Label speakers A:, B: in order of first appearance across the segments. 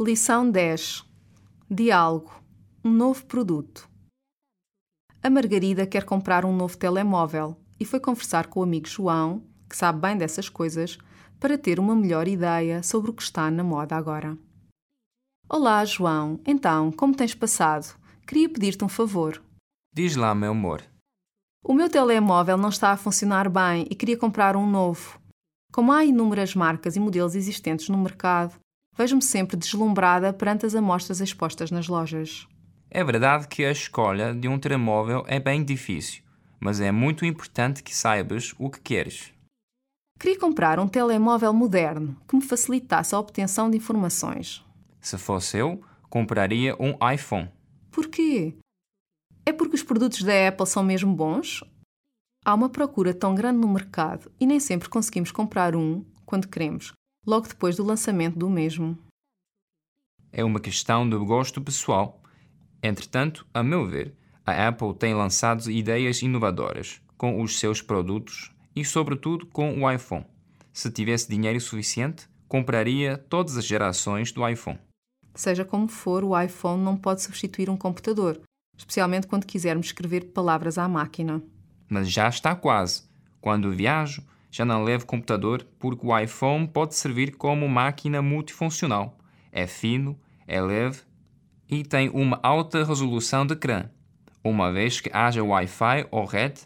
A: Lição 10. Diálogo. Um novo produto. A Margarida quer comprar um novo telemóvel e foi conversar com o amigo João, que sabe bem dessas coisas, para ter uma melhor ideia sobre o que está na moda agora. Olá, João. Então, como tens passado? Queria pedir-te um favor.
B: Diz lá, meu amor.
A: O meu telemóvel não está a funcionar bem e queria comprar um novo. Como há inúmeras marcas e modelos existentes no mercado, vejo-me sempre deslumbrada perante as amostras expostas nas lojas.
B: É verdade que a escolha de um telemóvel é bem difícil, mas é muito importante que saibas o que queres.
A: Queria comprar um telemóvel moderno que me facilitasse a obtenção de informações.
B: Se fosse eu, compraria um iPhone.
A: Porquê? É porque os produtos da Apple são mesmo bons? Há uma procura tão grande no mercado e nem sempre conseguimos comprar um, quando queremos, logo depois do lançamento do mesmo.
B: É uma questão de gosto pessoal. Entretanto, a meu ver, a Apple tem lançado ideias inovadoras com os seus produtos e, sobretudo, com o iPhone. Se tivesse dinheiro suficiente, compraria todas as gerações do iPhone.
A: Seja como for, o iPhone não pode substituir um computador, especialmente quando quisermos escrever palavras à máquina.
B: mas já está quase. Quando viajo, já não levo computador porque o iPhone pode servir como máquina multifuncional. É fino, é leve e tem uma alta resolução de ecrã. Uma vez que haja Wi-Fi ou rede,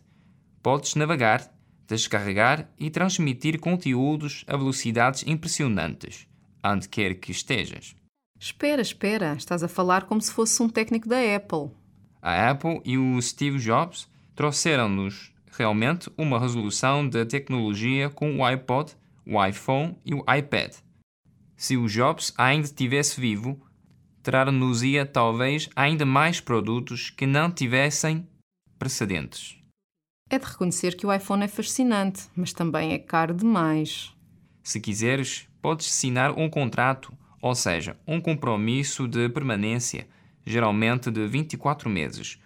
B: podes navegar, descarregar e transmitir conteúdos a velocidades impressionantes, onde quer que estejas.
A: Espera, espera, estás a falar como se fosse um técnico da Apple.
B: A Apple e o Steve Jobs trouxeram-nos realmente uma resolução da tecnologia com o iPod, o iPhone e o iPad. Se o Jobs ainda estivesse vivo, trar-nos-ia talvez ainda mais produtos que não tivessem precedentes.
A: É de reconhecer que o iPhone é fascinante, mas também é caro demais.
B: Se quiseres, podes assinar um contrato, ou seja, um compromisso de permanência, geralmente de 24 meses,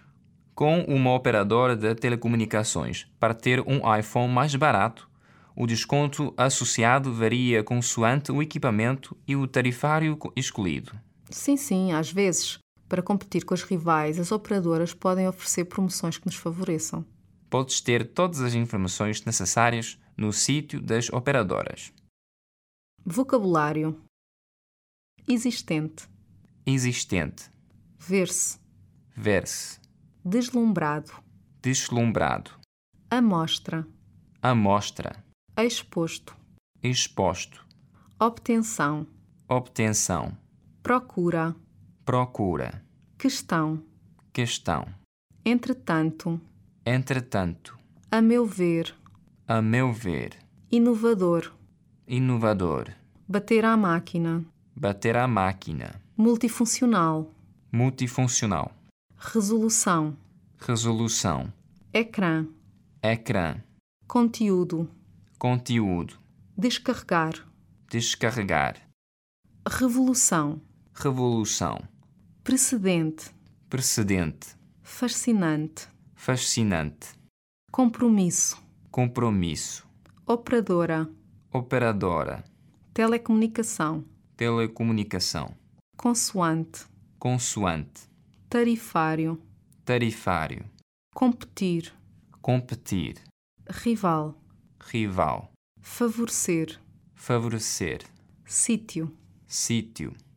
B: com uma operadora de telecomunicações para ter um iPhone mais barato. O desconto associado varia consoante o equipamento e o tarifário co- escolhido.
A: Sim, sim, às vezes, para competir com as rivais, as operadoras podem oferecer promoções que nos favoreçam.
B: Podes ter todas as informações necessárias no sítio das operadoras.
A: Vocabulário: existente,
B: Existente,
A: ver-se,
B: ver-se,
A: deslumbrado,
B: deslumbrado,
A: amostra,
B: amostra,
A: exposto,
B: exposto.
A: obtenção,
B: obtenção,
A: procura,
B: procura,
A: questão,
B: questão,
A: entretanto,
B: entretanto,
A: a meu ver,
B: a meu ver,
A: inovador,
B: inovador,
A: bater à máquina,
B: bater à máquina,
A: multifuncional,
B: multifuncional,
A: resolução,
B: resolução,
A: ecrã,
B: ecrã,
A: conteúdo,
B: conteúdo,
A: descarregar,
B: descarregar,
A: revolução,
B: revolução,
A: precedente,
B: precedente,
A: fascinante,
B: fascinante,
A: compromisso,
B: compromisso,
A: operadora,
B: operadora,
A: telecomunicação,
B: telecomunicação,
A: consoante,
B: consoante,
A: tarifário,
B: tarifário,
A: competir,
B: competir,
A: rival,
B: rival,
A: favorecer,
B: favorecer,
A: sítio.
B: sítio.